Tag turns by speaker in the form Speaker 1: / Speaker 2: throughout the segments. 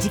Speaker 1: 時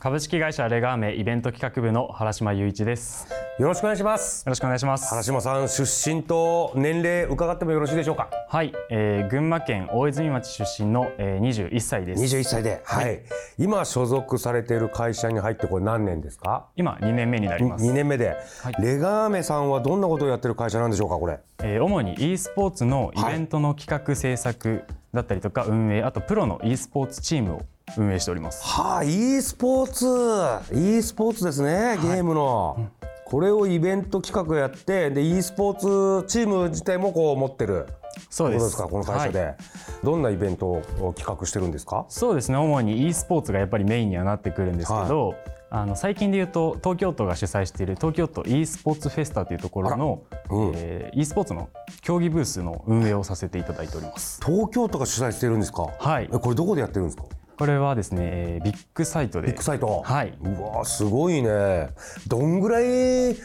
Speaker 2: 株式会社レガーメイベント企画部の原島雄一です。よ
Speaker 3: よろしくお願いします
Speaker 2: ろしくお願いします。
Speaker 3: 原島さん出身と年齢伺ってもよろしいでしょうか
Speaker 2: はい、えー、群馬県大泉町出身の、えー、21歳です。
Speaker 3: 21歳ではい、今所属されている会社に入ってこれ何年ですか
Speaker 2: 今2年目になります
Speaker 3: 2。年目で、レガーメさんはどんなことをやってる会社なんでしょうかこれ
Speaker 2: えー、主に e スポーツのイベントの企画制作だったりとか運営、あとプロの e スポーツチームを運営しております。
Speaker 3: はあ e スポーツ e スポーツですねゲームの、これをイベント企画やってで e スポーツチーム自体もこう持ってる
Speaker 2: そうです
Speaker 3: ことですかこの会社で、
Speaker 2: はい
Speaker 3: どんなイベントを企画してるんですか
Speaker 2: そうですね主に e スポーツがやっぱりメインにはなってくるんですけど、あの最近で言うと東京都が主催している東京都 e スポーツフェスタというところの、
Speaker 3: うん
Speaker 2: えー e スポーツの競技ブースの運営をさせていただいております
Speaker 3: 東京都が主催してるんですか
Speaker 2: はい
Speaker 3: えこれどこでやってるんですか
Speaker 2: これはですね、えービッグサイトで
Speaker 3: ビッグサイト
Speaker 2: はい、
Speaker 3: うわーすごいねどんぐらい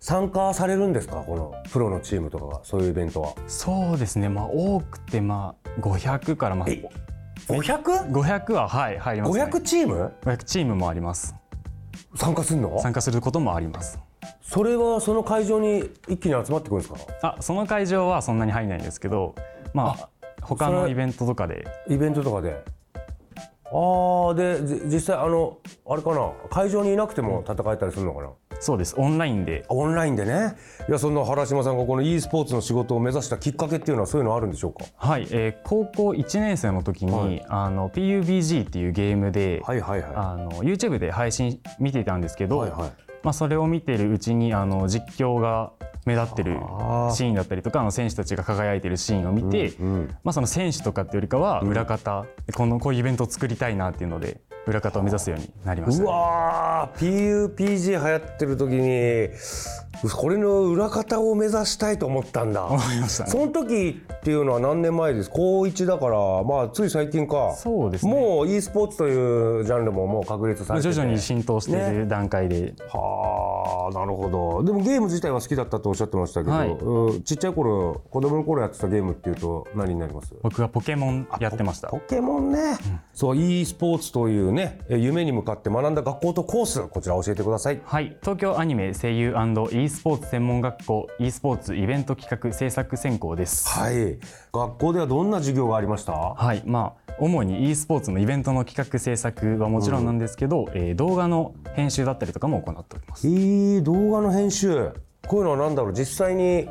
Speaker 3: 参加されるんですかこのプロのチームとかがそういうイベントは
Speaker 2: そうですねまあ多くてまあ500からまあ
Speaker 3: え 500?500
Speaker 2: 500ははい入ります、ね、
Speaker 3: チーム
Speaker 2: 500チームもあります
Speaker 3: 参加するの
Speaker 2: 参加することもあります
Speaker 3: それはその会場に一気に集まってくるんです
Speaker 2: あ
Speaker 3: か
Speaker 2: その会場はそんなに入んないんですけどまあ他
Speaker 3: そ
Speaker 2: の
Speaker 3: れ
Speaker 2: イベントとかで
Speaker 3: イベントとかでああでじ実際あのあれかな会場にいなくても戦えたりするのかな、
Speaker 2: そうですオンラインで
Speaker 3: オンラインでねいやそんな原島さんがこの e スポーツの仕事を目指したきっかけっていうのはそういうのあるんでしょうか
Speaker 2: はい、えー高校1年生の時に、
Speaker 3: はい
Speaker 2: あの PUBG っていうゲームで、
Speaker 3: はいはいはい
Speaker 2: あの YouTube で配信見ていたんですけど、
Speaker 3: はいはい
Speaker 2: まあ、それを見てるうちにあの実況が目立ってる
Speaker 3: あー
Speaker 2: シーンだったりとかあの選手たちが輝いてるシーンを見て、
Speaker 3: うんうん
Speaker 2: まあ、その選手とかっていうよりかは裏方、このこういうイベントを作りたいなっていうので裏方を目指すようになりました
Speaker 3: う
Speaker 2: ね、
Speaker 3: わー PUPG 流行ってる時にこれの裏方を目指したいと思ったんだ
Speaker 2: 思いましたね
Speaker 3: その時っていうのは何年前です高1だからまあつい最近か
Speaker 2: そうですね
Speaker 3: もう e スポーツというジャンルももう確立さ
Speaker 2: ま
Speaker 3: れ
Speaker 2: あ
Speaker 3: てて
Speaker 2: 徐々に浸透している段階で、
Speaker 3: はあなるほどでもゲーム自体は好きだったとおっしゃってましたけど、
Speaker 2: はい
Speaker 3: うんちっちゃい頃子供の頃やってたゲームっていうと何になります
Speaker 2: 僕はポケモンやってました
Speaker 3: ポケモンね、そう e スポーツというねえ夢に向かって学んだ学校とコースこちら教えてください
Speaker 2: はい、東京アニメ声優 &e スポーツ専門学校 e スポーツイベント企画制作専攻です。はい
Speaker 3: はい。学校ではどんな授業がありました？
Speaker 2: まあ、主に e スポーツのイベントの企画制作はもちろんなんですけど、えー動画の編集だったりとかも行っております
Speaker 3: えー、動画の編集。こういうのはなんだろう。実際に。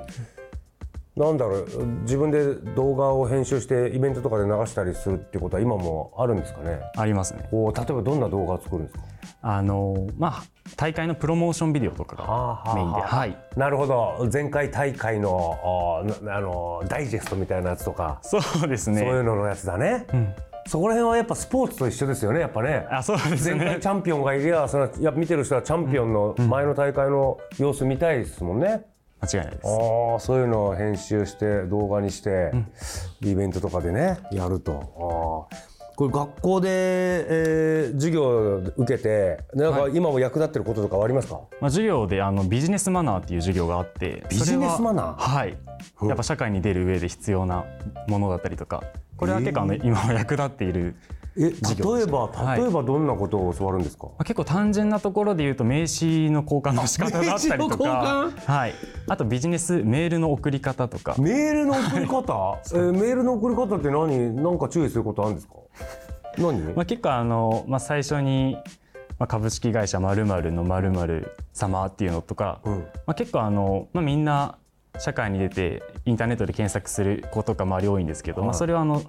Speaker 3: なんだろう自分で動画を編集してイベントとかで流したりするっていうことは今もあるんですかね
Speaker 2: ありますね
Speaker 3: こう例えばどんな動画を作るんですか
Speaker 2: あのーまあ大会のプロモーションビデオとかがメインで、はい、
Speaker 3: なるほど前回大会のあーなあのダイジェストみたいなやつとか、
Speaker 2: そうです
Speaker 3: そうい
Speaker 2: ね
Speaker 3: うののやつだね、そこら辺はやっぱスポーツと一緒ですよねやっぱね
Speaker 2: あそうです
Speaker 3: 前回
Speaker 2: ね
Speaker 3: チャンピオンがいりゃそのやっぱ見てる人はチャンピオンの前の大会の様子見たいですもんね。
Speaker 2: 間違いないです
Speaker 3: あーそういうのを編集して動画にして、イベントとかでねやると。あーこれ学校で、えー授業を受けてなんか今も役立ってることとかはありますか、
Speaker 2: まあ、授業であのビジネスマナーっていう授業があって
Speaker 3: ビジネスマナー
Speaker 2: それははいやっぱ社会に出る上で必要なものだったりとかこれは結構あの、
Speaker 3: え
Speaker 2: 今は役立っている、
Speaker 3: え例
Speaker 2: 授業で
Speaker 3: え
Speaker 2: すね
Speaker 3: ば
Speaker 2: はい
Speaker 3: 例えばどんなことを教わるんですか、
Speaker 2: まあ、結構単純なところで言うと名刺の交換の仕方だったり
Speaker 3: 名
Speaker 2: と
Speaker 3: 刺の
Speaker 2: か、はい、あとビジネスメールの送り方とか
Speaker 3: メールの送り 方、えーメールの送り方って何なんか注意することあるんですか何、
Speaker 2: まあ、結構あの、まあ、最初にまあ、株式会社〇〇の〇〇様っていうのとか、
Speaker 3: うん
Speaker 2: まあ、結構あの、まあ、みんな社会に出てインターネットで検索する子とか周り多いんですけど、まあ、それはあの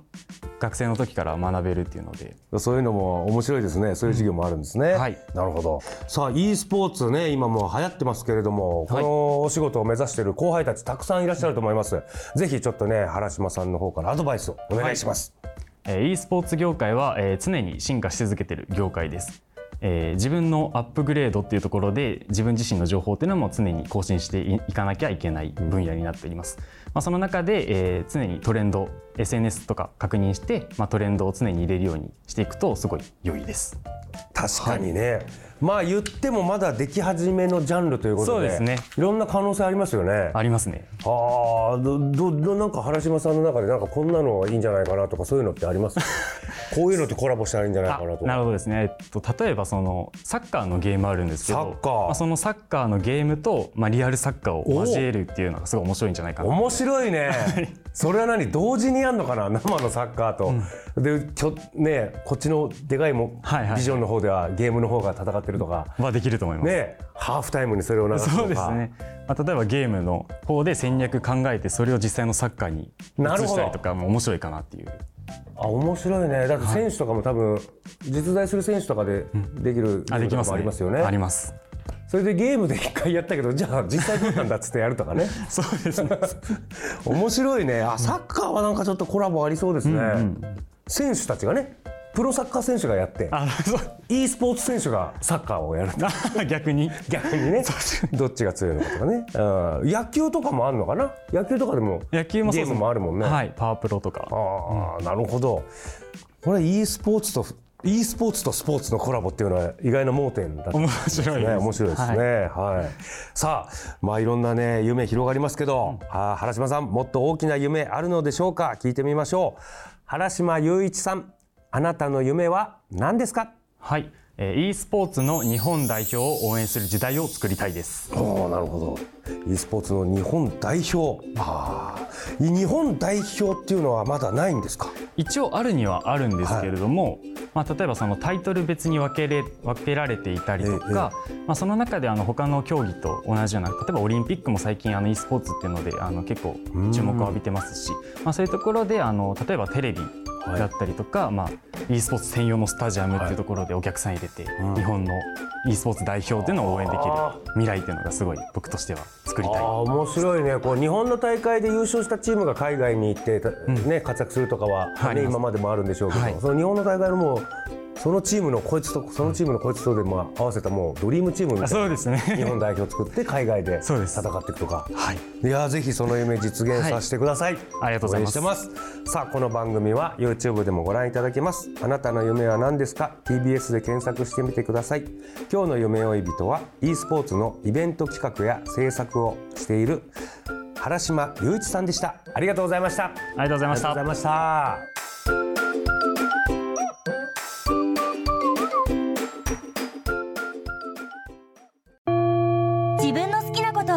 Speaker 2: 学生の時から学べるっていうので
Speaker 3: そういうのも面白いですね。そういう授業もあるんですね。
Speaker 2: はい
Speaker 3: なるほど。さあ、e スポーツね、今もう流行ってますけれど
Speaker 2: は
Speaker 3: も、
Speaker 2: い
Speaker 3: このお仕事を目指している後輩たちたくさんいらっしゃると思います。ぜひちょっとね、原島さんの方からアドバイスをお願いします。
Speaker 2: えー e スポーツ業界は、えー常に進化し続けている業界です、えー自分のアップグレードっていうところで自分自身の情報っていうのも常に更新していいかなきゃいけない分野になっています、まあ、その中で、えー常にトレンド SNS とか確認して、まあ、トレンドを常に入れるようにしていくとすごい良いです
Speaker 3: 確かにね、まあ言ってもまだでき始めのジャンルというこ
Speaker 2: そ
Speaker 3: とで、
Speaker 2: うですね
Speaker 3: いろんな可能性ありますよね。
Speaker 2: ありますね
Speaker 3: ああ、ど、ど、ど、なんか原島さんの中で、なんかこんなのいいんじゃないかなとか、そういうのってあ ります。こういうのとコラボしたらいいんじゃない
Speaker 2: あ
Speaker 3: かなと
Speaker 2: なる
Speaker 3: か。
Speaker 2: ほどですね、えっと、例えばそのサッカーのゲームあるんですけど
Speaker 3: サッカー
Speaker 2: まあ、そのサッカーのゲームと、まあ、リアルサッカーを交えるっていうのがすごい面白いんじゃないかな
Speaker 3: 面白いね。それは何、同時にやるのかな、生のサッカーと。で、きょ、ね、こっちのでかいも、
Speaker 2: はいはい
Speaker 3: ビジョンの方では、ゲームの方が戦ってるとか。
Speaker 2: はできると思います。
Speaker 3: ね、ハーフタイムにそれを流すとか。
Speaker 2: そうですね、まあ、例えばゲームの方で戦略考えてそれを実際のサッカーに移
Speaker 3: なるほど
Speaker 2: したりとかも面白いかなっていう
Speaker 3: あ面白いね、だって選手とかも多分、実在する選手とかでできる
Speaker 2: あできますね
Speaker 3: もありますよね。
Speaker 2: あります
Speaker 3: それでゲームで一回やったけど、じゃあ実際どうなんだっつってやるとかね。
Speaker 2: そうです ね
Speaker 3: 面白いねあサッカーはなんかちょっとコラボありそうですね、
Speaker 2: ん
Speaker 3: 選手たちがねプロサッカー選手がやって
Speaker 2: あそう
Speaker 3: e スポーツ選手がサッカーをやる
Speaker 2: あ逆に
Speaker 3: 逆にねどっちが強いのかとかね、うん、野球とかもあるのかな野球とかでも
Speaker 2: 野球もそうです
Speaker 3: ゲームもあるもんね、
Speaker 2: はいパワープロとか
Speaker 3: ああ、なるほどこれ e スポーツと e スポーツとスポーツのコラボっていうのは意外な盲点だった
Speaker 2: 面白いです
Speaker 3: ね、面白いですね。
Speaker 2: は
Speaker 3: はい。さあ、まあいろんなね夢広がりますけど、あー原島さんもっと大きな夢あるのでしょうか。聞いてみましょう。原島雄一さん、あなたの夢は何ですか。
Speaker 2: はい、えー、e スポーツの日本代表を応援する時代を作りたいです
Speaker 3: おお、なるほど。e スポーツの日本代表。ああ、日本代表っていうのはまだないんですか。
Speaker 2: 一応あるにはあるんですけれども、まあ、例えばそのタイトル別に分けれ分けられていたりとか、まあ、その中であの他の競技と同じような例えばオリンピックも最近あの e スポーツっていうのであの結構注目を浴びてますし、まあ、そういうところであの例えばテレビだったりとか、まあ、e スポーツ専用のスタジアムっていうところでお客さん入れて、日本の e スポーツ代表っていうのを応援できる未来っていうのがすごい僕としては作りたい
Speaker 3: ああ、面白いね。こう日本の大会で優勝したチームが海外に行って、ね活躍するとかは、
Speaker 2: はいあ
Speaker 3: ね
Speaker 2: ります
Speaker 3: 今までもあるんでしょうけど、
Speaker 2: はい
Speaker 3: その日本の大会のもうそのチームのこいつとそのチームのこいつとでまあ合わせたもうドリームチームみ
Speaker 2: あ
Speaker 3: たい
Speaker 2: そう
Speaker 3: な。
Speaker 2: ですね
Speaker 3: 日本代表作って海外で
Speaker 2: そう
Speaker 3: 戦
Speaker 2: です
Speaker 3: っていくとか。
Speaker 2: はい
Speaker 3: いやーぜひその夢実現させてください、
Speaker 2: ありがとうございます
Speaker 3: 応援してますさあこの番組は YouTube でもご覧いただけますあなたの夢は何ですか TBS で検索してみてください今日の夢追い人は e スポーツのイベント企画や制作をしている原島雄一さんでしたありがとうございましたあ
Speaker 2: ありがとうございま
Speaker 3: り
Speaker 2: し
Speaker 3: がとう
Speaker 2: た
Speaker 3: ございました
Speaker 4: 自分の好きなこと